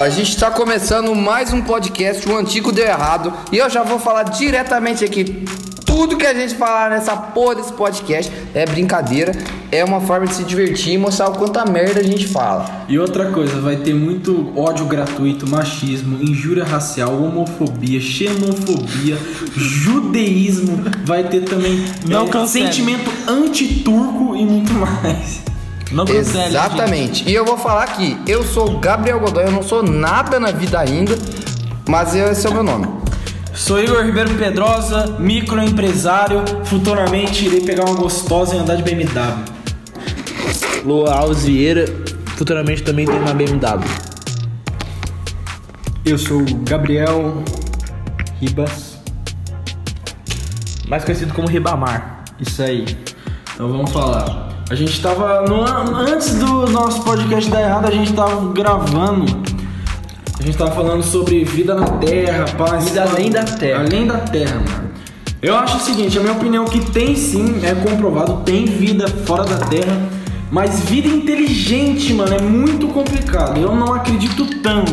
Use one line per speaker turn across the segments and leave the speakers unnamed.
A gente está começando mais um podcast, o Antigo Deu Errado, e eu já vou falar diretamente aqui. Tudo que a gente falar nessa porra desse podcast é brincadeira, é uma forma de se divertir e mostrar o quanta merda a gente fala.
E outra coisa, vai ter muito ódio gratuito, machismo, injúria racial, homofobia, xenofobia, judeísmo, vai ter também é,
Não cancele.
sentimento antiturco e muito mais.
Não
é,
cancele.
Exatamente. E eu vou falar aqui, eu sou o Gabriel Godoy, eu não sou nada na vida ainda, mas eu- esse é o meu nome.
Sou Igor Ribeiro Pedrosa, microempresário, futuramente irei pegar uma gostosa e andar de BMW.
gente. Lua Alves Vieira, futuramente também tem uma BMW.
Eu sou o Gabriel Ribas.
Mais conhecido como Ribamar.
Isso aí.
Então vamos falar. A gente tava. no- antes do nosso podcast dar errado, a gente tava gravando. A gente tava falando sobre vida na Terra, paz.
Vida além da Terra.
Além da Terra, mano. Eu acho o seguinte, a minha opinião é que tem sim, é comprovado, tem vida fora da Terra. Mas vida inteligente, mano, é muito complicado. Eu não acredito tanto.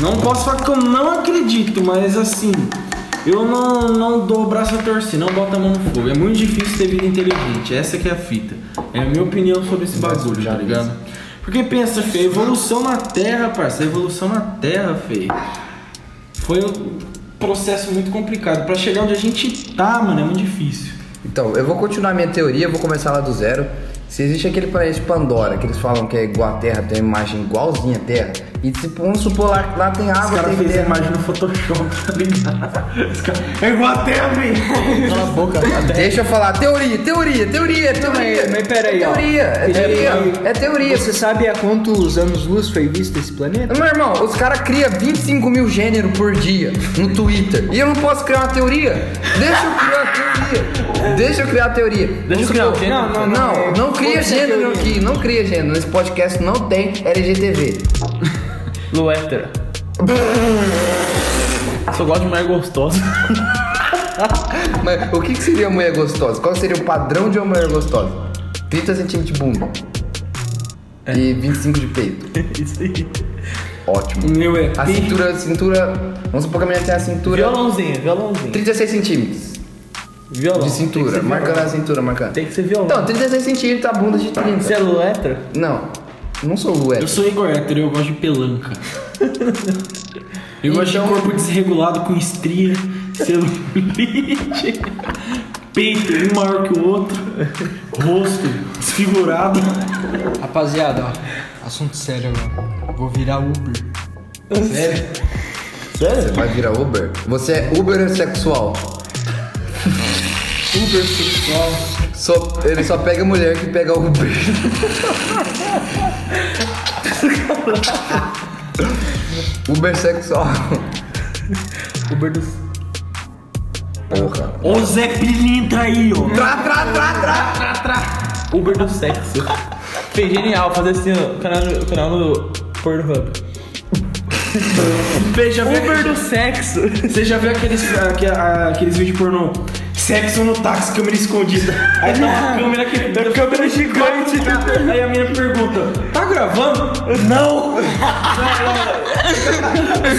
Não posso falar que eu não acredito, mas assim, eu não, não dou o braço a torcer, não boto a mão no fogo. É muito difícil ter vida inteligente, essa que é a fita. É a minha opinião sobre esse bagulho, tá ligado? Porque pensa, Fê, a evolução na Terra, parça, a evolução na Terra, Fê, foi um processo muito complicado. Pra chegar onde a gente tá, mano, é muito difícil.
Então, eu vou continuar minha teoria, eu vou começar lá do zero. Se existe aquele planeta Pandora, que eles falam que é igual à Terra, tem uma imagem igualzinha à Terra, e tipo, vamos supor lá, lá tem
Os
água,
caras
tem
fez a
terra.
imagem no Photoshop, tá ligado? Os cara... É igual a Terra, velho!
Cala a boca.
Deixa eu falar, teoria, teoria, teoria, teoria.
Mas, mas peraí,
é
ó.
teoria, é teoria, é teoria.
Você sabe há quantos anos-luz foi visto esse planeta?
Meu irmão, os caras criam 25 mil gêneros por dia no Twitter. E eu não posso criar uma teoria? Deixa eu criar uma teoria. Deixa eu criar a teoria. Vamos
criar
supor-
um gênero.
Não, não, não. Não cria
Foda-se a
gênero
teoria.
aqui. Não cria gênero. Nesse podcast não tem LGTV.
Lua hétera. Só gosto de mulher gostosa.
Mas o que, que seria uma mulher gostosa? Qual seria o padrão de uma mulher gostosa? 30 centímetros de bunda.
É.
E 25 de peito.
Isso aí. Assim,
Ótimo.
Meu é
A cintura, cintura. Vamos supor que a menina tem a cintura.
Violãozinho, violãozinho.
36 centímetros.
Violão.
De cintura, marcando a cintura, marcando.
Tem que ser violão.
Então, 36 centímetros, a bunda de 30.
Você é lua hétera?
Não, não sou o
Eu sou Igor Héctor e eu gosto de pelanca. Eu gosto de
Então-
corpo desregulado com estria, celulite, peito um maior que o outro, rosto desfigurado.
Rapaziada, ó. Assunto sério agora. Vou virar Uber.
Você vai virar Uber? Você é Uber sexual.
Uber sexual.
Só, ele só pega mulher que pega Uber. Uber sexual.
Uber do.
Porra.
Ô Zé Pilintra aí, ó.
Tra, tra, tra, tra.
Uber do sexo. Foi genial fazer assim, ó, canal, no- canal no Pornhub.
Veja,
Uber do sexo.
Você já viu aqueles, aque- a- aqueles vídeos pornô? Sexo no táxi, câmera escondida. Aí tá uma câmera que. Da câmera gigante. né? Aí a menina pergunta: Tá gravando? Não!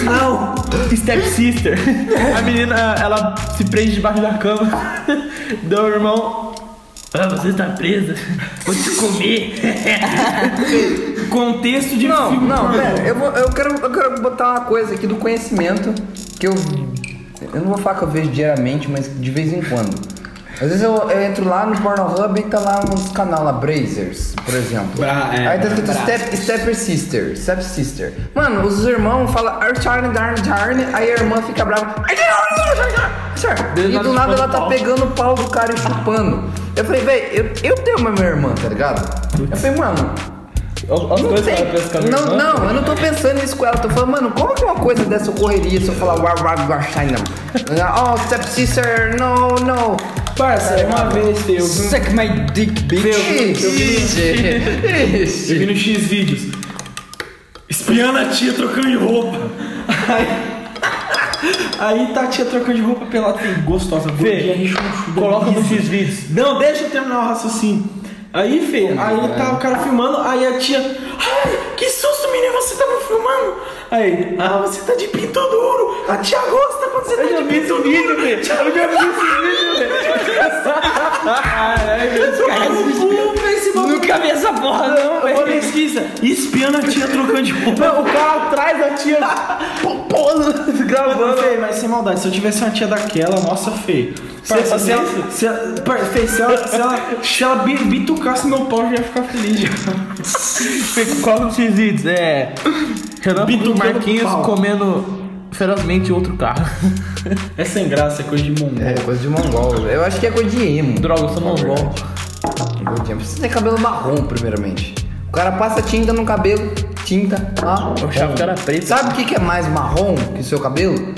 Não!
Step sister. A menina, ela se prende debaixo da cama. Deu o irmão. Ah, você tá presa. Vou te comer.
Contexto de
Não,
filme
não,
pornô.
pera, eu, vou- eu quero, eu quero botar uma coisa aqui do conhecimento que eu. Eu não vou falar que eu vejo diariamente, mas de vez em quando. Às vezes eu, eu entro lá no Pornhub e tá lá uns canal lá, Brazers, por exemplo.
Bra- é,
Aí tá escrito Step, Stepper Sister, Step Sister. Mano, os irmãos falam Archarne, Darn, Darn, aí a irmã fica brava. "Ai, não, não, não, não, não, não." E do nada ela tá pegando o pau do cara e chupando. Eu falei, véi, eu, eu tenho uma minha irmã, tá ligado? Eu falei, mano,
Olha as
não,
coisas que
tem-
ela fez com a minha
não,
irmã.
não, eu não tô pensando nisso com ela. Tô falando, mano, como que uma coisa dessa ocorreria se eu falar war, war, war, China? Oh, step sister, no, no. É,
Parça, uma vez Fê, eu vi um-
Suck my dick, bitch.
eu um
Ixi.
vi no X vídeos. Espiando a tia trocando de roupa. Aí, aí tá a tia trocando de roupa pelada, assim, gostosa, gordinha, rechonchuda.
Coloca no
lisa.
X vídeos.
Não, deixa eu terminar o raciocínio. Aí, Fê, aí tá o cara filmando, aí a tia. Ai, que susto, menina, você tá me filmando? Aí, ah, você tá de pinto duro. A tia gosta quando você tá de pinto duro. Eu já vi esse vídeo, velho.
Nunca vi essa porra, não,
Eu vou
velho.
pesquisa. Espiando a tia trocando de roupa.
O cara atrás da tia. pô, pô,
Mano,
Gravando.
feio, mas sem maldade, se eu tivesse uma tia daquela, nossa, feio. Se,
Parça,
se ela, se, ela, par- feio, se ela, se ela, se ela bi- bitucasse meu pau, eu já ia ficar feliz. Já.
Qual dos seus vídeos? É. Renan
Bitucando
Marquinhos
pau.
comendo ferozmente outro carro.
É sem graça, é coisa de mundo.
É coisa de mongol. Eu acho que é coisa de emo.
Droga, eu sou
na
mongol.
verdade. Gordinho. Precisa ter cabelo marrom, primeiramente. O cara passa tinta no cabelo, tinta marrom.
Eu achava que era preto.
Sabe o que, que é mais marrom que o seu cabelo?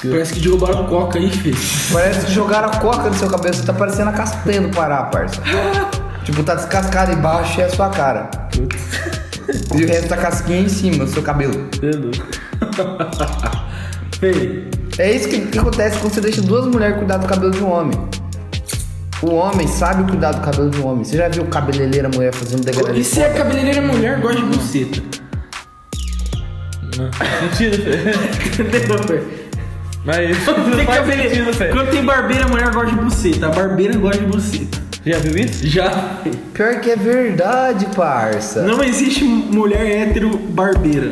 Parece que derrubaram coca aí, filho.
Parece que jogaram a coca no seu cabelo. Você tá parecendo a castanha do Pará, parça. tipo, tá descascado embaixo e é a sua cara. E o resto da casquinha em cima, do seu cabelo.
Feio.
É isso que, que acontece quando você deixa duas mulheres cuidar do cabelo de um homem. O homem sabe cuidar do cabelo de um homem. Você já viu cabeleireira mulher fazendo degradê?
E se é cabeleireira mulher, gosta de buceta.
Mentira,
Entendeu, Fer?
Mas.
Tem
Tem
cabeleireira. Quando tem barbeira, mulher gosta de buceta. A barbeira gosta de buceta.
Já viu isso?
Já.
Pior que é verdade, parça.
Não existe mulher hétero barbeira.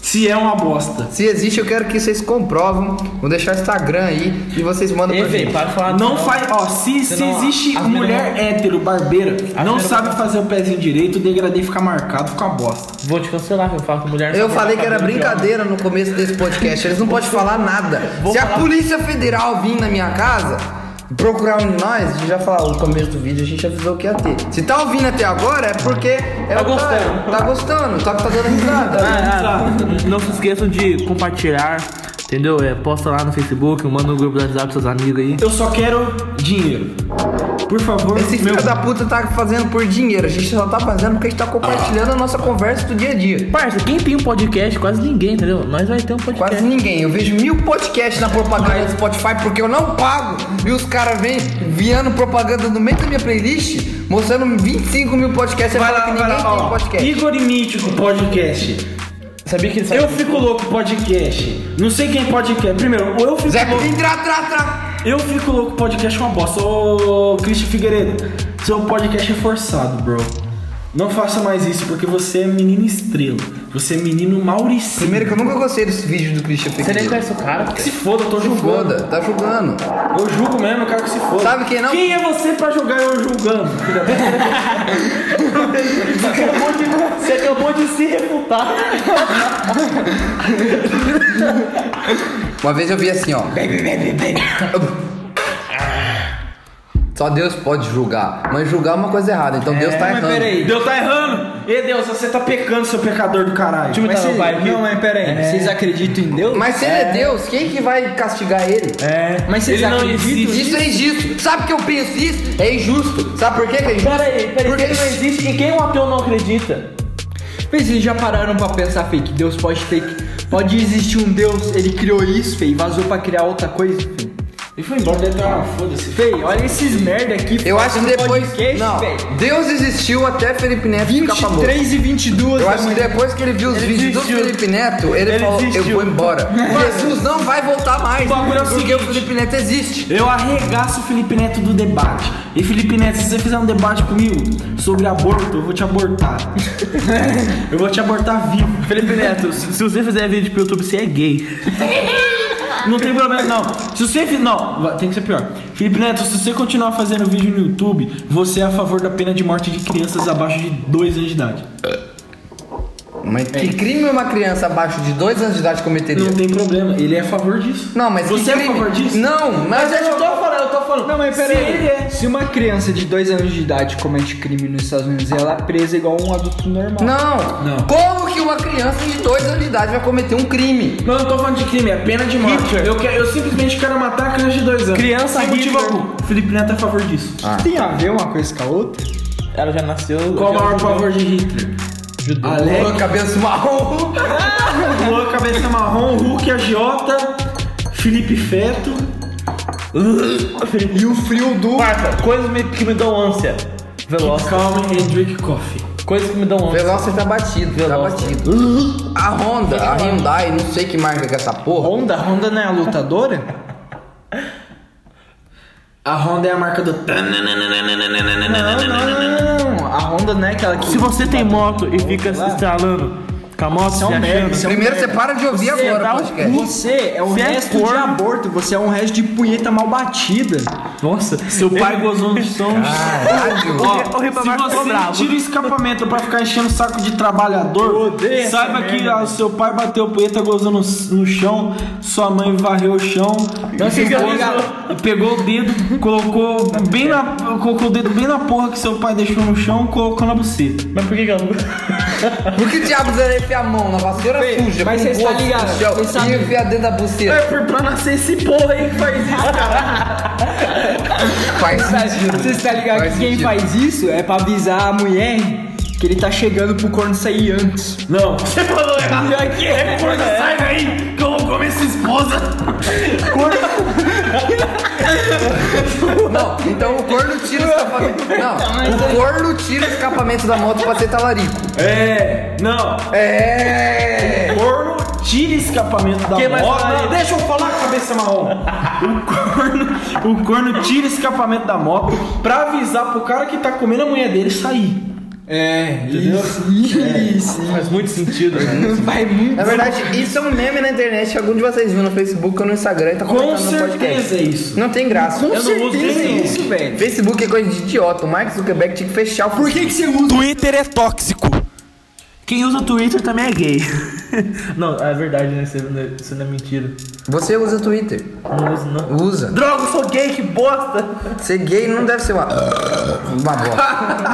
Se é uma bosta.
Se existe, eu quero que vocês comprovam. Vou deixar o Instagram aí e vocês mandam
Ei,
pra gente.
velho, para de falar.
Não faz. Ó, se, se
não-
existe
as
mulher hétero barbeira, não
menor-
sabe fazer o pezinho direito, o degradê fica marcado, fica uma bosta.
Vou te cancelar, eu falo com mulher.
Eu
só
falei que era
cabelo de homem.
brincadeira no começo desse podcast. Eles não podem falar nada.
Vou
Se a
falar-
Polícia Federal vir na minha casa e procurar um de nós, a gente já falou no começo do vídeo, a gente avisou que ia ter. Se tá ouvindo até agora, é porque. É
Tá
o cara.
gostando.
Tá gostando, só que tá dando risada.
Ah, ah, não se esqueçam de compartilhar, entendeu? É, posta lá no Facebook, manda no grupo do WhatsApp pros seus amigos aí.
Eu só quero dinheiro. Por
É.
favor,
Esse
meu.
filho da puta tá fazendo por dinheiro. A gente só tá fazendo porque a gente tá compartilhando a nossa conversa do dia a dia.
Parça, quem tem um podcast, quase ninguém, entendeu? Nós vai ter um podcast.
Quase ninguém. Eu vejo mil podcasts na propaganda do Spotify porque eu não pago. E os caras vêm enviando propaganda no meio da minha playlist, mostrando 25 mil podcasts. Você
Vai
fala
lá,
que
vai
ninguém
lá,
tem
ó.
podcast.
Igor e Mítico podcast.
Sabia que ele
Eu fico louco podcast. Não sei quem é podcast. Primeiro, o eu fico
Zé
louco.
Pirim, tra, tra, tra.
Eu fico louco podcast é uma bosta. Ô, Christian Figueiredo, seu podcast é forçado, bro. Não faça mais isso, porque você é menino estrela. Você é menino Mauricinho.
Primeiro que eu nunca gostei desse vídeo do Christian
Você nem tá
Figueiredo.
conhece o cara.
Se foda, eu tô julgando.
Foda, tá julgando.
Eu julgo mesmo, eu quero que se foda.
Sabe quem não?
Quem é você pra julgar eu julgando? filha da
Você acabou de, você
um
acabou de se refutar.
Uma vez eu vi assim, ó. Só Deus pode julgar. Mas julgar é uma coisa errada, então Deus tá
mas
errando.
peraí.
Deus tá errando! Ê Deus, você tá pecando, seu pecador do caralho.
Deixa eu imitar
Mas cê-
meu pai aqui.
é,
É.
não, mas pera aí. Vocês acreditam em Deus?
Mas se ele é Deus, quem que vai castigar ele?
É.
Mas vocês
Ele não
acreditam?
existe.
Isso é injusto. Sabe que eu penso isso? É injusto. Sabe por que que é injusto?
Pera aí, pera aí.
Porque
Ele não existe. E
é
quem um ateu não acredita?
Mas vocês já pararam pra pensar, Fê, que Deus pode ter. que- Pode existir um Deus, ele criou isso, Fê, e vazou pra criar outra coisa, Fê.
Ele foi embora, deve dar uma foda-se.
Fê, olha esses merda aqui.
Eu acho que
fazendo
depois.
Podcast,
não,
Fê.
Deus existiu até Felipe Neto ficar famoso.
23 e 22
Eu
da
acho que
manhã.
depois que ele viu os
Ele
vídeos do
desistiu.
Felipe Neto, ele,
Ele
falou: Eu
desistiu.
vou embora. Jesus não vai voltar mais.
O bagulho é o
porque o
seguinte.
Felipe Neto existe.
Eu arregaço o Felipe Neto do debate. E Felipe Neto, se você fizer um debate comigo sobre aborto, eu vou te abortar. eu vou te abortar vivo.
Felipe Neto, se se você fizer vídeo pro YouTube, você é gay.
Não tem problema, não. Se você. fi- Não, va- tem que ser pior. Felipe Neto, se você continuar fazendo vídeo no YouTube, você é a favor da pena de morte de crianças abaixo de 2 anos de idade.
Mas que crime uma criança abaixo de 2 anos de idade cometeria?
Não tem problema, ele é a favor disso.
Não, mas
Você
que
é a
crime?
favor disso?
Não, mas, é tipo, eu não
falando, eu tô falando.
Não, mas
Se ele é.
peraí. Se uma criança de 2 anos de idade comete crime nos Estados Unidos, ela é presa igual um adulto normal.
Não.
Não.
Como que uma criança de 2 anos de idade vai cometer um crime?
Não, eu não tô falando de crime, é pena de morte.
Hitler.
Eu, quero, eu simplesmente quero matar a criança de dois anos.
Criança
Sem
Hitler.
motivo algum. Felipe Neto é a favor disso.
Tem a ver uma coisa com a outra?
Ela já nasceu.
Qual o
já-
maior favor de Hitler?
Judeu.
É.
Lua, cabeça marrom.
Lua, cabeça marrom, Hulk, agiota, Felipe Feto.
E o frio do.
Quarta, coisas me- que me dão ânsia. Veloz.
Calma, Hendrick Coffee.
Coisas que me dão ódio.
Veloster tá batido,
Veloster.
tá batido. A Honda, a Hyundai, não sei que marca que é essa porra.
Honda? Honda não é a lutadora?
A Honda é a marca do.
não, não, não, não. A Honda não é aquela que.
Se você tem moto e fica se instalando com a moto, se
um merda,
achando,
você é um
Primeiro você
merda.
para de ouvir
Você
agora
dá
o
o
podcast.
Você é um
Você é
resto de
corno.
aborto, você é um resto de punheta mal batida.
nossa,
Seu pai gozou no som.
Caralho.
Ó,
O Rei Babaca ficou
se
bravo.
você tira o escapamento pra ficar enchendo o saco de trabalhador, saiba que ah, seu pai bateu punheta gozando no, no chão, sua mãe varreu o chão, e
fica
pegou-
ligado.
e pegou o dedo, colocou bem na, colocou o dedo bem na porra que seu pai deixou no chão, colocou na buceta.
Mas por que que eu não...
Por que diabos era enfiar a mão na vassoura
Fê,
suja?
mas
com
vocês tá
gosto no
ligado,
chão
vocês
E
sabem.
enfiar dentro da buceta.
por pra nascer esse porra aí que faz isso, cara.
Faz sentido.
Você tá ligado
é Faz
que quem
sentido.
faz isso é pra avisar a mulher que ele tá chegando pro corno sair antes.
Não.
Você falou errado.
Pior que é,
Corno, sai daí, que eu vou comer sua esposa.
Não, então o corno tira o escapamento. Não, o corno tira o escapamento da moto pra ser talarico.
É, não.
É.
Corno tira escapamento da
Quem mais
moto.
fala aí?
Não, deixa eu falar, cabeça marrom. O corno, o corno tira escapamento da moto pra avisar pro cara que tá comendo a mulher dele sair.
É, isso, isso.
É, Faz muito sentido, né?
Vai muito.
Na verdade, isso é um meme na internet. Algum de vocês viu no Facebook ou no Instagram e tá
Com
comentando no
certeza
podcast.
é isso.
Não tem graça.
Com
não uso
certeza é
nenhum.
isso, velho.
Facebook é coisa de idiota. O Mark Zuckerberg tinha que fechar o
Por que que você usa?
Twitter é tóxico.
Quem usa o Twitter também é gay. não, é verdade, né? Isso não é, isso não é mentira.
Você usa o Twitter.
Não uso, não.
Usa.
Droga, eu sou gay, que bosta!
Ser gay não deve ser uma. Uma bosta.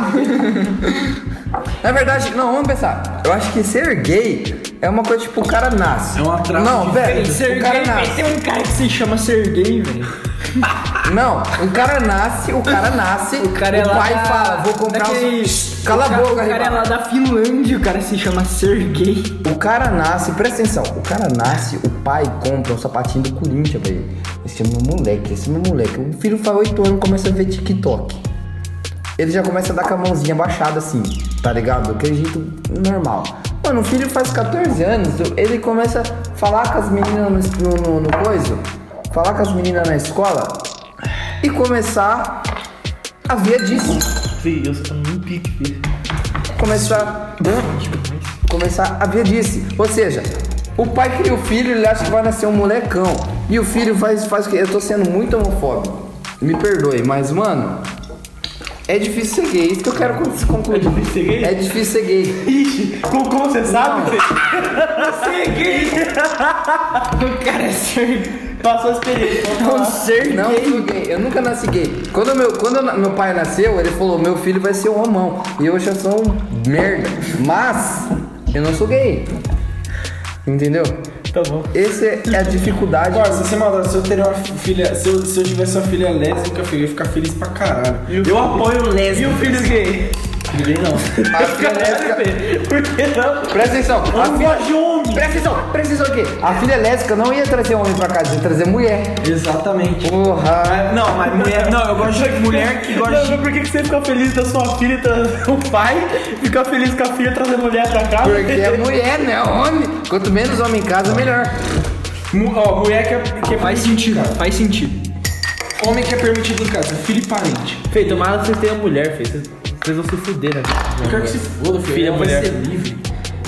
Na verdade, não, vamos pensar. Eu acho que ser gay é uma coisa tipo, o cara nasce.
É um atraso
Não,
de
velho, tipo,
Ser
o cara é
gay,
nasce.
velho, tem um cara que se chama ser gay, velho.
Não, o cara nasce, o cara nasce, o,
cara é lá
pai
da-
fala, vou comprar
daquele-
um. Shh, Cala a
cara-
boca,
O cara é lá
Rivaldo.
da Finlândia, o cara se chama ser gay.
O cara nasce, presta atenção, o cara nasce, o pai compra um sapatinho do Corinthians, velho. Esse é meu moleque, esse é meu moleque. O filho faz 8 anos começa a ver TikTok. Ele já começa a dar com a mãozinha baixada assim, tá ligado? Aquele jeito normal. Mano, o filho faz 14 anos, ele começa a falar com as meninas no, no, no coiso, falar com as meninas na escola e começar a ver disso.
Fih, eu sou um pique, filho.
começar né? começar a ver disso. Ou seja, o pai cria o filho, ele acha que vai nascer um molecão. E o filho faz faz o que eu tô sendo muito homofóbico. Me perdoe, mas mano, é difícil ser gay, isso que eu quero con- concluir.
É difícil ser gay?
É difícil ser gay.
Ixi, como, como você sabe, Fih? Você é gay!
O cara é ser
Passou a experiência. vamos
um
falar.
ser
Não, eu
gay.
sou gay. Eu nunca nasci gay. Quando meu, quando eu na- meu pai nasceu, ele falou: meu filho vai ser um homão. E hoje eu sou um merda. Mas eu não sou gay. Entendeu?
Tá bom.
Essa é a dificuldade.
Agora, se você mandar, se eu teria uma filha, se eu, se eu tivesse uma filha lésbica, filho, eu ia ficar feliz pra caralho. um
E o filho- E o filho gay?
Filho gay não.
A filha lésbica-
Fih, Por que não?
Presta atenção, a
Eu
filha...
gosto de homem.
presta atenção, presta atenção aqui. A filha lésbica não ia trazer homem pra casa, ia trazer mulher.
Exatamente.
Porra.
Não, mas mulher. Não, eu gosto de mulher que gosta
Não,
de.
mas por que que você fica feliz da sua filha trazer o pai? Fica feliz com a filha trazendo mulher pra cá?
Porque é mulher, né? Homem. Quanto menos homem em casa, melhor.
Mu- Ó, mulher que é, que é
Faz
permitido
sentido,
em casa.
faz sentido.
Homem que é permitido em casa, filho e parente.
Fih, tomara que vocês tenham mulher, Fih. Vocês vocês vão se fuder, né?
Eu quero que se foda, filho.
Filha
ela
mulher.
vai ser livre.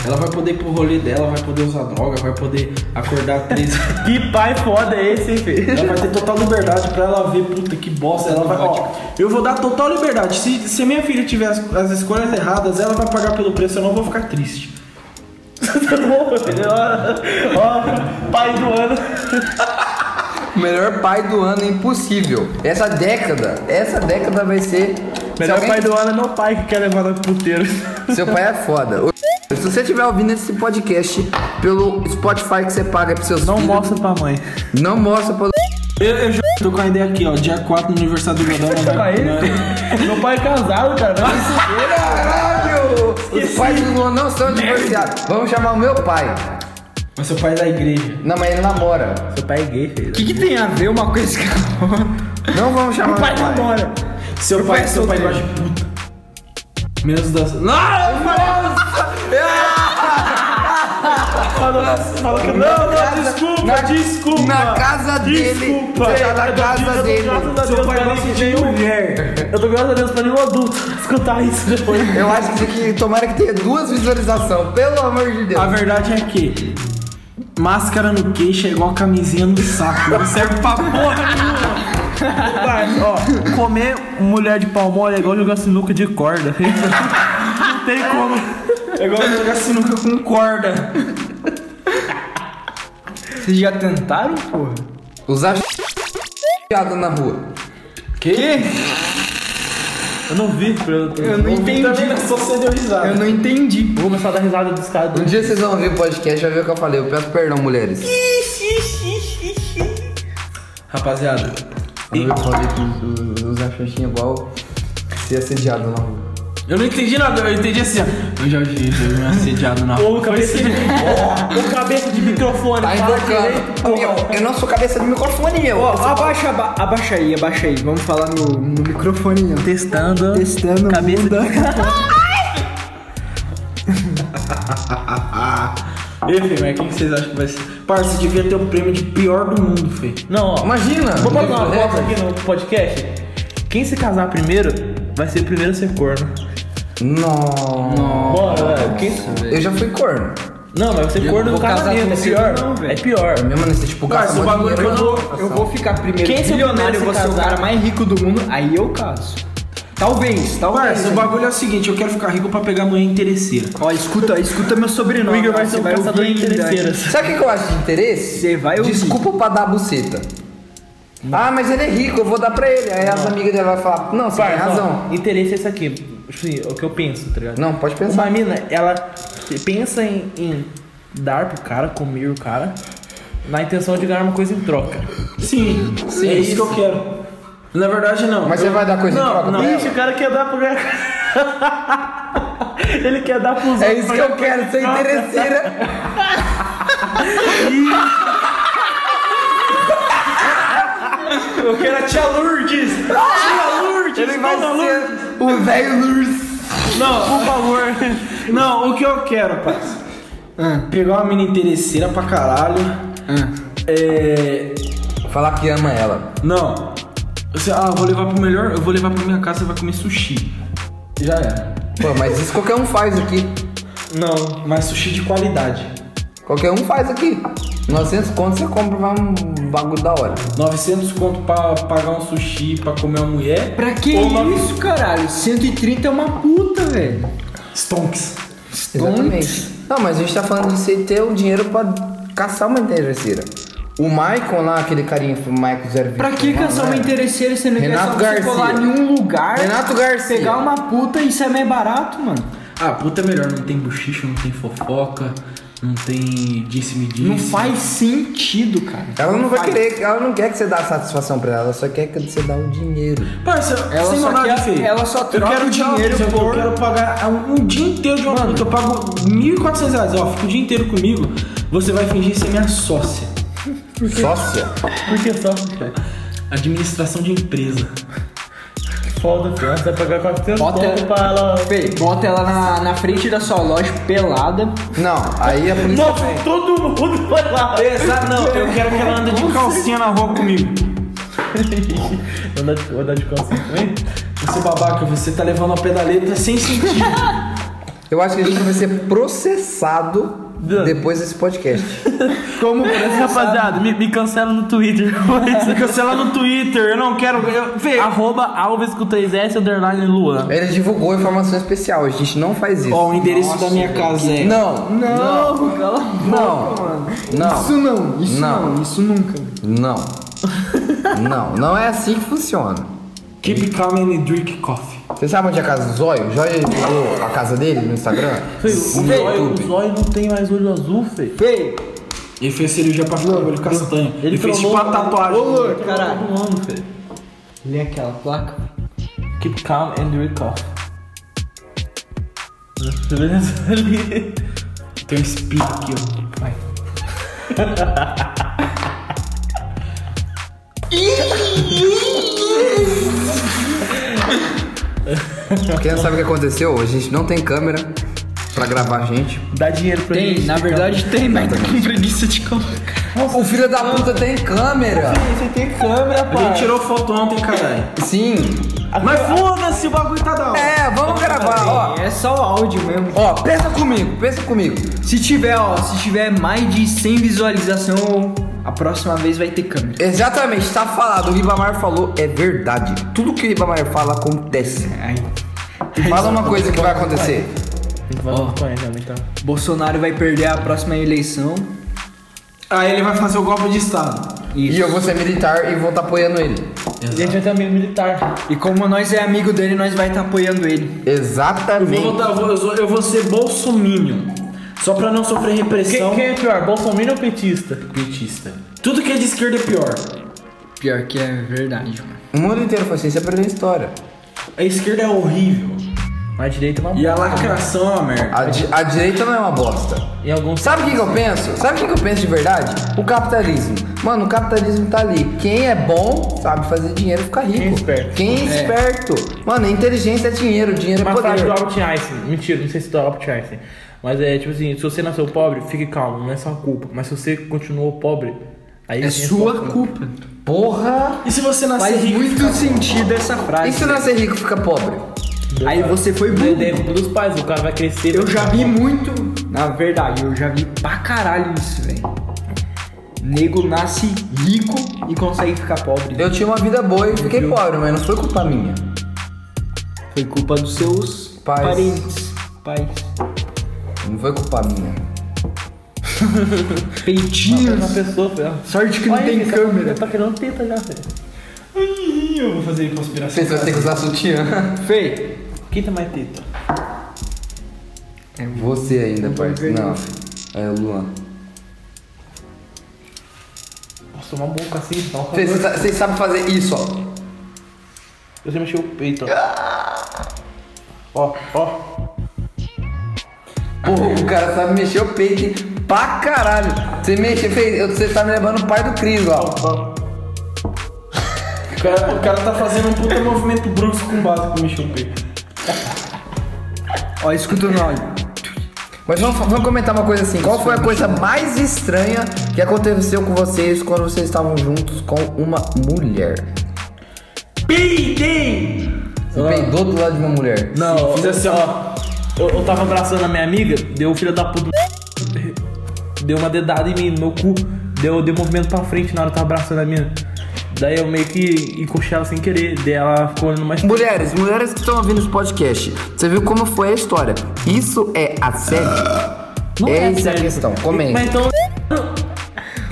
Ela vai poder ir pro rolê dela, vai poder usar droga, vai poder acordar três.
Que pai foda é esse, hein, Fih?
Ela vai ter total liberdade pra ela ver, puta que bosta. Ela vai. Ó, eu vou dar total liberdade. Se, se minha filha tiver as, as escolhas erradas, ela vai pagar pelo preço, eu não vou ficar triste.
Tá bom, filho. Ó, ó, pai do ano.
O melhor pai do ano é impossível. Essa década, essa década vai ser. Se
Melhor
alguém-
pai do ano é meu pai que quer levar no puteiro.
Seu pai é foda. O- Se você estiver ouvindo esse podcast pelo Spotify que você paga pros seus
Não
filhos,
mostra pra mãe.
não mostra pra.
Eu, eu já tô com a ideia aqui, ó. Dia 4 no aniversário do né? Godão. nós
Pra
vai-
ele,
nós-
Fih. Meu pai é casado, cara. Vai se fuder.
Caralho! Os pais do Luan não são divorciados. Vamos chamar o meu pai.
Mas seu pai é da igreja.
Não, mas ele namora.
Seu pai é gay, Fih.
O que, que tem a ver uma coisa com a outra?
Não vamos chamar
Pai
meu pai.
namora.
Seu
Meu
pai,
pai é
seu pai
solteiro.
gosta de puta. Menos das. Não! eu falei-
Falou, falou que não, não, desculpa, desculpa.
na casa dele.
Desculpa.
Você tá na
Eu tô-
casa
eu tô
dele.
graças a Deus
Seu pai
pra
não
nenhum-
sentiu mulher.
Eu tô graças a Deus pra nenhum adulto escutar isso depois.
Eu acho que isso aqui, tomara que tenha duas visualizações, pelo amor de Deus.
A verdade é que máscara no queixo é igual camisinha no saco. Não serve pra porra nenhuma.
Mas, ó, comer mulher de pau mole é igual jogar sinuca de corda. Não tem como.
É igual jogar sinuca com corda.
Vocês já tentaram, porra?
Usar piada na rua.
Que?
Eu não vi, eu,
Eu não entendi.
só sendo risada.
Eu não entendi.
vou começar a dar risada dos caras.
Um dia vocês vão ouvir o podcast, já ver o que eu falei. Eu peço perdão, mulheres.
Rapaziada,
Eu falei que usar xuxinha igual ser assediado na rua.
eu não entendi nada. Eu entendi assim, ó. Eu já vi eu já fui assediado na
Ô, cabeça de, ô, cabeça de microfone.
Tá
fala
invocando.
direito, porra.
Meu, eu não sou cabeça de microfone, meu.
Ó, abaixa, aba- abaixa aí, abaixa aí. Vamos falar no, no microfone, ó.
Testando.
Testando.
Cabeça
bunda.
E aí, mas quem que vocês acham que vai ser? Parça, devia ter o prêmio de pior do mundo, Fê.
Não, ó.
Imagina.
Vou botar uma
É.
foto aqui no podcast. Quem se casar primeiro vai ser o primeiro a ser corno.
Não.
né?
Bora,
é,
velho. Quem... se-
Eu já fui corno.
Não, mas vai ser
Eu
corno
não
no
vou casar
casamento.
com
É
você,
pior.
não,
é
velho.
pior.
É mesmo nesse tipo
Parça,
caça
o bagulho é que eu não.
Eu vou ficar é primeiro
Quem se eu
bilionário, eu vou ser o
casar?
cara mais rico do mundo, aí eu caso. Talvez, talvez.
Parça, o bagulho é o seguinte, eu quero ficar rico pra pegar mulher interesseira.
Ó, escuta, escuta meu sobrenome.
O Igor vai
ó,
ser
você
o caçador de
ouvir ainda.
interesseiras.
Sabe o que que eu acho de interesse?
Você vai ouvir.
Desculpa pra dar a buceta. Ah, mas ele é rico, eu vou dar pra ele. Aí as amigas dela vão falar, não, você tem
Parça, ó,
razão.
Interesse é isso aqui. Tipo assim, é o que eu penso, tá ligado?
Não, pode pensar.
Uma mina, ela pensa em, em dar pro cara, comer o cara, na intenção de ganhar uma coisa em troca.
Sim, é isso, que eu quero. Na verdade, não.
Mas você
Eu-
vai dar coisa em
não,
troca tá?
Não,
pra ela?
Ixi, o cara quer dar pro cara. Ele quer dar pros
É
outros
isso
pra
que eu
ganhar
quero, ser interesseira.
Eu quero a tia Lourdes!
Ah!
Tia Lourdes!
Ele vai
dona Lourdes.
ser o velho Lurs.
Não, por favor. Não, o que eu quero, parça. Pegar uma mina interesseira pra caralho. É.
Falar que ama ela.
Não. Você, ah, eu vou levar pro melhor, eu vou levar pra minha casa e vai comer sushi. Já era.
Pô, mas isso qualquer um faz aqui.
Não, mas sushi de qualidade.
Qualquer um faz aqui. 900 conto você compra vai um bagulho da hora.
900 conto pra pagar um sushi pra comer uma mulher.
Pra que
Ou nove-
isso, caralho? 130 é uma puta, velho.
Stonks.
Exatamente. Não, mas a gente tá falando de você ter o dinheiro pra caçar uma interesseira. O Maicon lá, aquele carinha, o Maicon um, 020.
Pra que caçar
né?
uma interesseira se não quer
é. Renato
só você
Garcia.
colar em um lugar?
Renato Garcia.
Pegar uma puta, isso é mais barato, mano.
Ah, puta é melhor, não tem bochicho, não tem fofoca, não tem disse-me disse.
Não faz sentido, cara.
Ela não vai
Faz.
querer, ela não quer que você dá satisfação pra ela, ela só quer que você dá o dinheiro.
Parça,
Ela
sem
só
maldade,
quer-
filho.
ela só
Eu
troca
quero
o
dinheiro,
dinheiro
eu,
por-
quero pagar um, um dia inteiro de uma puta. Eu pago 1.400 reais, ó, fica o dia inteiro comigo. Você vai fingir ser minha sócia.
Sócia?
Por que só? cara?
Administração de empresa.
Que foda, filho. Você vai pagar 400
Bota
conto pra ela.
Fê, bota ela na, na frente da sua loja pelada.
Não, aí a polícia.
Nossa, todo mundo vai lá.
Exato, não, eu quero que ela ande de calcinha na rua comigo.
Vou andar de, vou andar de calcinha também?
Você babaca, você tá levando a pedaleta sem sentido.
Eu acho que a gente vai ser processado depois desse podcast.
Como Rapaziada, me, me cancela no Twitter.
Me cancela no Twitter, eu não quero. Eu, Fê,
Arroba Alves com 3S underline Luan.
Ele divulgou informação especial, a gente não faz isso.
ó, o endereço da minha casa é.
Não, não,
cala a
não,
boca, mano.
não.
Isso não, isso
Não.
não, isso nunca.
Não. não, não é assim que funciona.
Keep calm and drink coffee.
Você sabe onde é a casa do Zóio? O Zóio falou a casa dele no Instagram?
Fê, o
No
zóio- o
YouTube.
zóio não tem mais olho azul, Fê.
Fê,
Ele fez cirurgia pra ficar com o olho castanho. Ele, fez tipo
tomou-
uma tatuagem. Tá
Ô, Lord, caralho.
Todo ano, Fê.
Lê aquela placa.
Keep calm and drink off. Beleza ali.
Tá Tem um espírito aqui, ó. Vai.
Quem não sabe o que aconteceu, a gente não tem câmera pra gravar a gente.
Dá dinheiro pra
Tem,
gente.
na verdade tem, mas tá com preguiça de colocar.
O filho da puta tem câmera!
Você tem câmera,
A gente
pai.
tirou foto ontem, caralho.
Sim.
Mas foda-se, o bagulho tá da hora.
É, vamos gravar, ó.
É só áudio mesmo.
Ó, pensa comigo, pensa comigo.
Se tiver, ó, se tiver mais de 100 visualização, a próxima vez vai ter câmera.
Exatamente, tá falado. O Ribamar falou, é verdade. Tudo que o Ribamar fala acontece.
Aí,
Fala uma coisa que vai acontecer.
Vamos oh. então.
Bolsonaro vai perder a próxima eleição.
Aí ele vai fazer o golpe de estado.
E eu vou ser militar e vou estar apoiando ele.
A gente vai ter amigo militar.
E como nós é amigo dele, nós vai estar apoiando ele.
Eu vou,
Exatamente.
votar- eu vou- eu sou- eu vou ser bolsominion. Só pra não sofrer repressão.
Quem, quem é pior, Bolsonaro ou petista?
Petista. Tudo que é de esquerda é pior.
Pior que é verdade, mano.
O mundo inteiro foi assim, isso é pra minha história.
A esquerda é horrível.
Mas a direita é uma
E a lacração é uma merda.
A, di- a direita não é uma bosta.
Em alguns
Sabe o que, que eu penso? Sabe o que, que eu penso de verdade? O capitalismo. Mano, o capitalismo tá ali. Quem é bom sabe fazer dinheiro e ficar rico.
Quem é esperto.
Quem é
É.
esperto. Mano, inteligência é dinheiro, dinheiro é
Uma frase do
poder.
Albert Einstein. Mentira, não sei se é do Albert Einstein. Mas é tipo assim, se você nasceu pobre, fique calmo, não é sua culpa. Mas se você continuou pobre, aí
É
sim
sua culpa.
Porra!
E se você nascer
Faz
rico?
muito sentido essa
E
frase.
se nascer rico fica pobre?
culpa.
Aí você foi
É
burro.
dentro dos pais, o cara vai crescer.
Eu
vai
já
ficar
vi
pobre.
muito, na verdade, eu já vi pra caralho isso, velho. Nego nasce rico e consegue ficar pobre.
Eu tinha uma vida boa e fiquei pobre, mas não foi culpa minha.
Foi culpa dos seus
Pais.
parentes. Pais.
Não foi culpa minha.
Uma
Peitinhos.
pessoa, velho.
Sorte que não
Olha
tem
isso,
câmera.
Eu tô querendo teta já, velho. Ai, Eu vou fazer conspiração.
Vocês vão ter que usar sutiã.
Fei.
Quem tá mais teta?
Você ainda, parceiro. Não.
perdendo.
É o Luan.
Nossa, uma boca assim, então.
Vocês vocês sabem fazer isso, ó.
Você mexeu o peito, ó. Ó, ó.
Porra, o cara sabe mexer o peito hein? pra caralho. Você mexe, fez, eu- você tá me lembrando o pai do Cris, ó.
O cara, o cara tá fazendo um puta movimento brusco com base pra mexer o peito.
Ó, escuta o nome.
Mas vamos, vamos comentar uma coisa assim. Qual foi a coisa mais estranha que aconteceu com vocês quando vocês estavam juntos com uma mulher?
Peidei!
Você peidou do lado de uma mulher?
Não, fiz assim, ó. Eu, eu tava abraçando a minha amiga, deu o filho da puta. Deu uma dedada em mim, no meu cu. Deu, deu movimento pra frente na hora que eu tava abraçando a minha. Daí eu meio que encoxei ela sem querer. Daí ela ficou olhando mais.
Mulheres, mulheres que estão ouvindo esse podcast, você viu como foi a história? Isso é assédio?
Não
Essa é a
sério.
questão, comenta.
Mas então.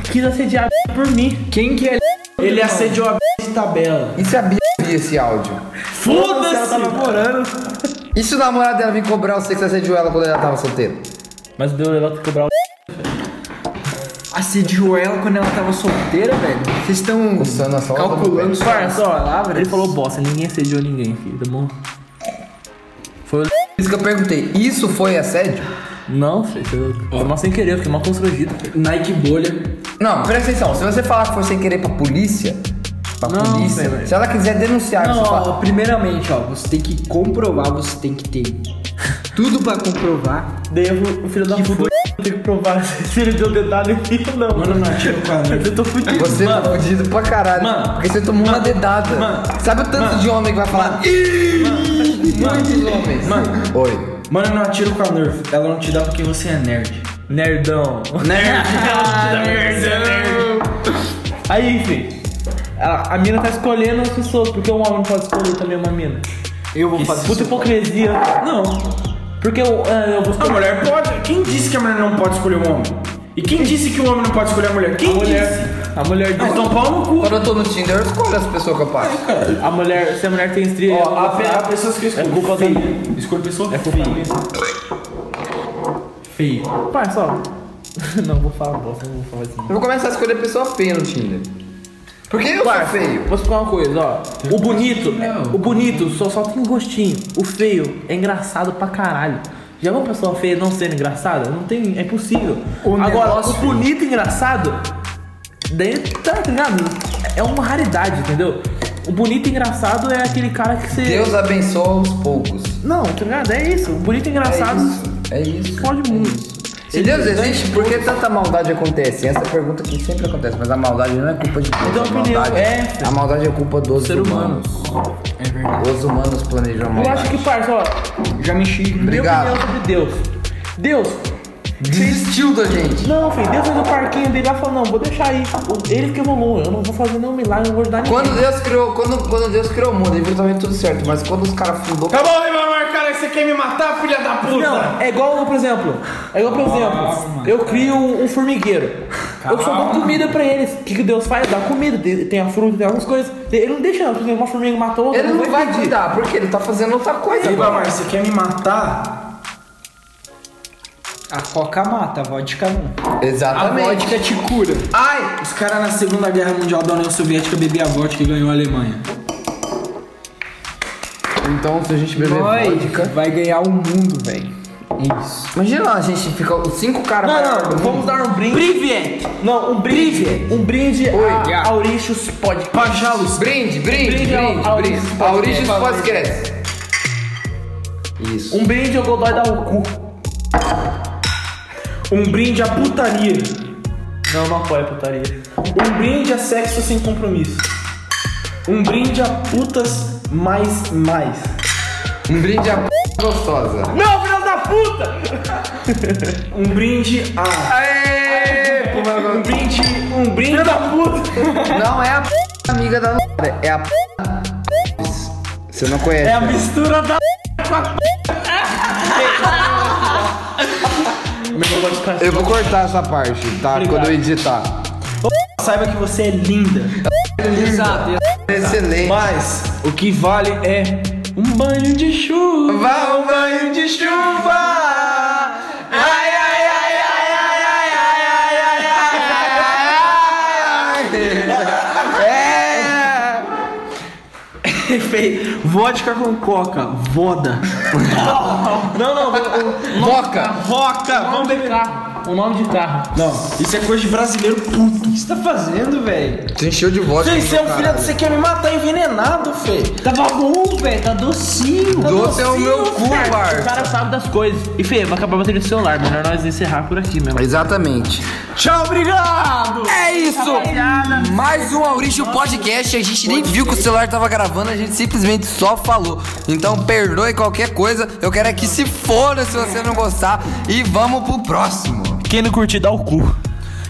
Quis assediar a por mim.
Quem que é?
Ele assediou a b de tabela. tá
E se a Bia ouvir esse áudio?
Foda-se! Ela tava morando.
E se o namorado dela vir cobrar você que você assediou ela quando ela tava solteira?
Mas deu ela cobrar o.
Assediou ela quando ela tava solteira, velho? Vocês estão
Coçando a tá sola do pé.
calculando suas
Parça, ó.
palavras?
Ele falou bosta, ninguém assediou ninguém, filho, tá bom? Foi o.
Por isso que eu perguntei, isso foi assédio?
Não, filho, eu- foi mal sem querer, eu fiquei mal constrangido. filho.
Nike bolha.
Não, presta atenção, se você falar que foi sem querer pra polícia, pra
Não,
polícia,
velho.
se ela quiser denunciar,
Não,
você
ó,
fala.
primeiramente, ó, você tem que comprovar, você tem que ter tudo pra comprovar.
Daí eu- o filho da puta tem que provar se ele deu dedada em mim ou não.
Mano, não, tira o cara. né?
Eu tô fudido.
Você
mano.
é fudido pra caralho.
Mano.
porque você tomou uma dedada.
Mano.
Sabe o tanto de homem que vai falar? Ih, muitos homens.
Mano.
Oi.
Mano, não atira com a Nerf. Ela não te dá porque você é nerd.
Nerdão. Nerd. Aí, enfim. A, a mina tá escolhendo as pessoas, porque um homem não pode escolher também uma mina.
Eu vou fazer
Puta
isso.
hipocrisia.
Não.
Porque eu, ah, eu vou
A
escolher.
mulher pode. Quem disse que a mulher não pode escolher o homem? E quem disse que o homem não pode escolher a mulher? Quem
a mulher.
disse?
A mulher
Ah,
diz.
então pau no cu.
Quando eu tô no Tinder, eu escolho as pessoas que eu passo.
A mulher, se então- a mulher tem estria,
Ó,
ela
a,
vai
pe-
falar,
a pessoas que eu escolho.
É culpa
feia.
da-
Escolho pessoa
É culpa
feia.
minha.
Feia.
Pai, só. Não, vou falar bosta, não vou falar assim.
Eu vou começar a escolher pessoa feia no Tinder. Porque eu sou feio.
Vou explicar uma coisa, ó. O bonito, o bonito só, só tem um rostinho. O feio é engraçado pra caralho. Já viu uma pessoa feia não sendo engraçada? Não tem, é impossível.
O
Agora,
negócio-
o tá bonito e engraçado, daí tá ligado? É uma raridade, entendeu? O bonito e engraçado é aquele cara que você.
Deus abençoa os poucos.
Não, tá ligado? É isso. O bonito
É
e engraçado
isso. É isso.
pode muito.
Se Deus existe, por que tanta maldade acontece? Essa é a pergunta que sempre acontece, mas a maldade não é culpa de Deus.
Então,
a,
opinião,
maldade,
é, filho.
a maldade é culpa dos
Ser humano. É
humanos. Os humanos planejam a
Eu
maldade.
acho que, parça, ó,
Já me enchi.
minha
Obrigado.
opinião sobre Deus. Deus,
Desistiu da gente.
não, filho, Deus fez o parquinho dele lá e falou, não, vou deixar aí. Ele que evoluiu, eu não vou fazer nenhum milagre, não vou ajudar ninguém.
Quando Deus criou, quando, quando Deus criou o mundo, eventualmente tudo certo, mas quando os caras fundou,
Tá bom, Neymar, cara, que você quer me matar, filha da puta?
Não, é igual, por exemplo, é igual, por exemplo, eu crio um formigueiro. Eu só dou comida pra eles. O que, que Deus faz? Dá comida, tem tem a fruta, tem algumas coisas. Ele não deixa, por exemplo, uma formiga matou outra.
ele não vai cuidar, porque ele tá fazendo outra coisa.
Ei,
mano.
Neymar, você quer me matar?
A coca mata, a vodka não. A
Exatamente.
vodka te cura.
Ai,
Os caras na Segunda Guerra Mundial da União Soviética bebiam vodka e ganhou a Alemanha.
Então, se a gente beber
Nós
vodka.
vai ganhar o mundo, velho. É isso.
Imagina, a gente fica os cinco caras
Não, não, vamos dar um brinde. Brivient. Não, um brinde. Um brinde
Oi,
a
já.
Auricius Podcast.
Pajalos.
Brinde, um brinde, brinde,
Brinde ao-
brinde.
ao
brinde.
Podcast.
Origins Podcast. Isso.
Um brinde ao Godoy da Ocu.
Um brinde à putaria.
Não, não apoia a putaria.
Um brinde a sexo sem compromisso. Um brinde a putas mais mais.
Um brinde à p... gostosa.
Não, filho da puta!
Um brinde a.
Aê! Como é o
Um
nome?
brinde. Um brinde a puta.
Não é a p... amiga da Luara, é a p... Você não conhece.
É a mistura da.
Eu vou cortar essa parte, tá? Quando eu editar.
Saiba que você é linda.
Exato.
Excelente.
Mas o que vale é um banho de chuva.
Vá um banho de chuva. Ai, ai, ai, ai, ai, ai, ai, ai, ai, ai, ai. É.
Perfeito. Vodka com coca. Voda. não, não. o-
Moca.
Voca. Vamos beber.
Carro. O nome de carro.
Não, isso é coisa de brasileiro puto. O que você tá fazendo, velho?
Você encheu de vodka.
Fê, você é um
cara.
filho do... Você quer me matar envenenado, Fê.
Tá bom, velho. Tá docinho.
Doce é o meu cu,
O
Bar.
cara sabe das coisas. E Fê, vai acabar a bateria do celular. Melhor nós encerrar por aqui mesmo.
Exatamente.
Tchau, obrigado.
É isso! Mais um Aurício Podcast. A gente nem viu que o celular tava gravando, a gente simplesmente só falou. Então perdoe qualquer coisa. Eu quero é que se foda se você não gostar. E vamos pro próximo.
Quem não curtir, dá o cu.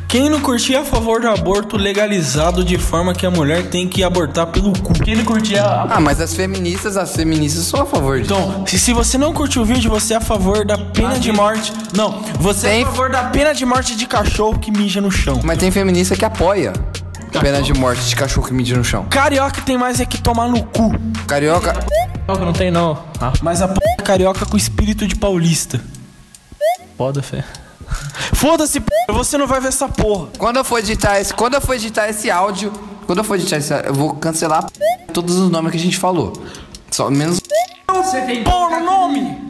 Quem não curtir é a favor do aborto legalizado de forma que a mulher tem que abortar pelo cu.
Quem não curtir, é a...
Ah, mas as feministas, as feministas são a favor disso.
Então, se, se você não curtiu o vídeo, você é a favor da pena de morte. Não, você
Tem-
é a favor da pena de morte de cachorro que mija no chão.
Mas tem feminista que apoia pena de morte de cachorro que mide no chão.
Carioca tem mais é que tomar no cu.
Carioca.
não, que não tem não. Ah,
Mas a p... é carioca com espírito de paulista.
foda, Fê.
Foda-se, p... você não vai ver essa porra.
Quando eu for editar esse, quando eu for editar esse áudio, quando eu for editar esse, eu vou cancelar todos os nomes que a gente falou. Só menos
Pô, no nome!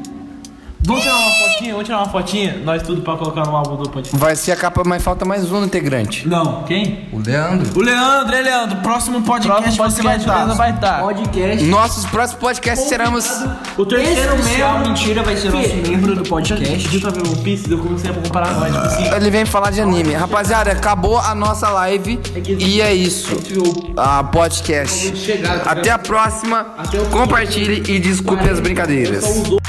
Vamos tirar uma fotinha? Vamos tirar uma fotinha? Nós tudo pra colocar no álbum do podcast.
vai ser a capa, mas falta mais um integrante.
Não.
Quem?
O Leandro.
O Leandro, é Leandro, próximo podcast,
Próximo
você vai
podcast
estar.
mesmo vai estar.
Podcast.
Nossos próximos podcasts seremos
é O terceiro
Especial
membro.
mentira vai ser nosso membro do podcast.
Dito a ver One Piece, eu comecei a comparar, mas tipo assim...
ele vem falar de anime. Rapaziada, acabou a nossa live e é isso. A podcast. Até a próxima. Compartilhe e desculpe as brincadeiras.
Só usou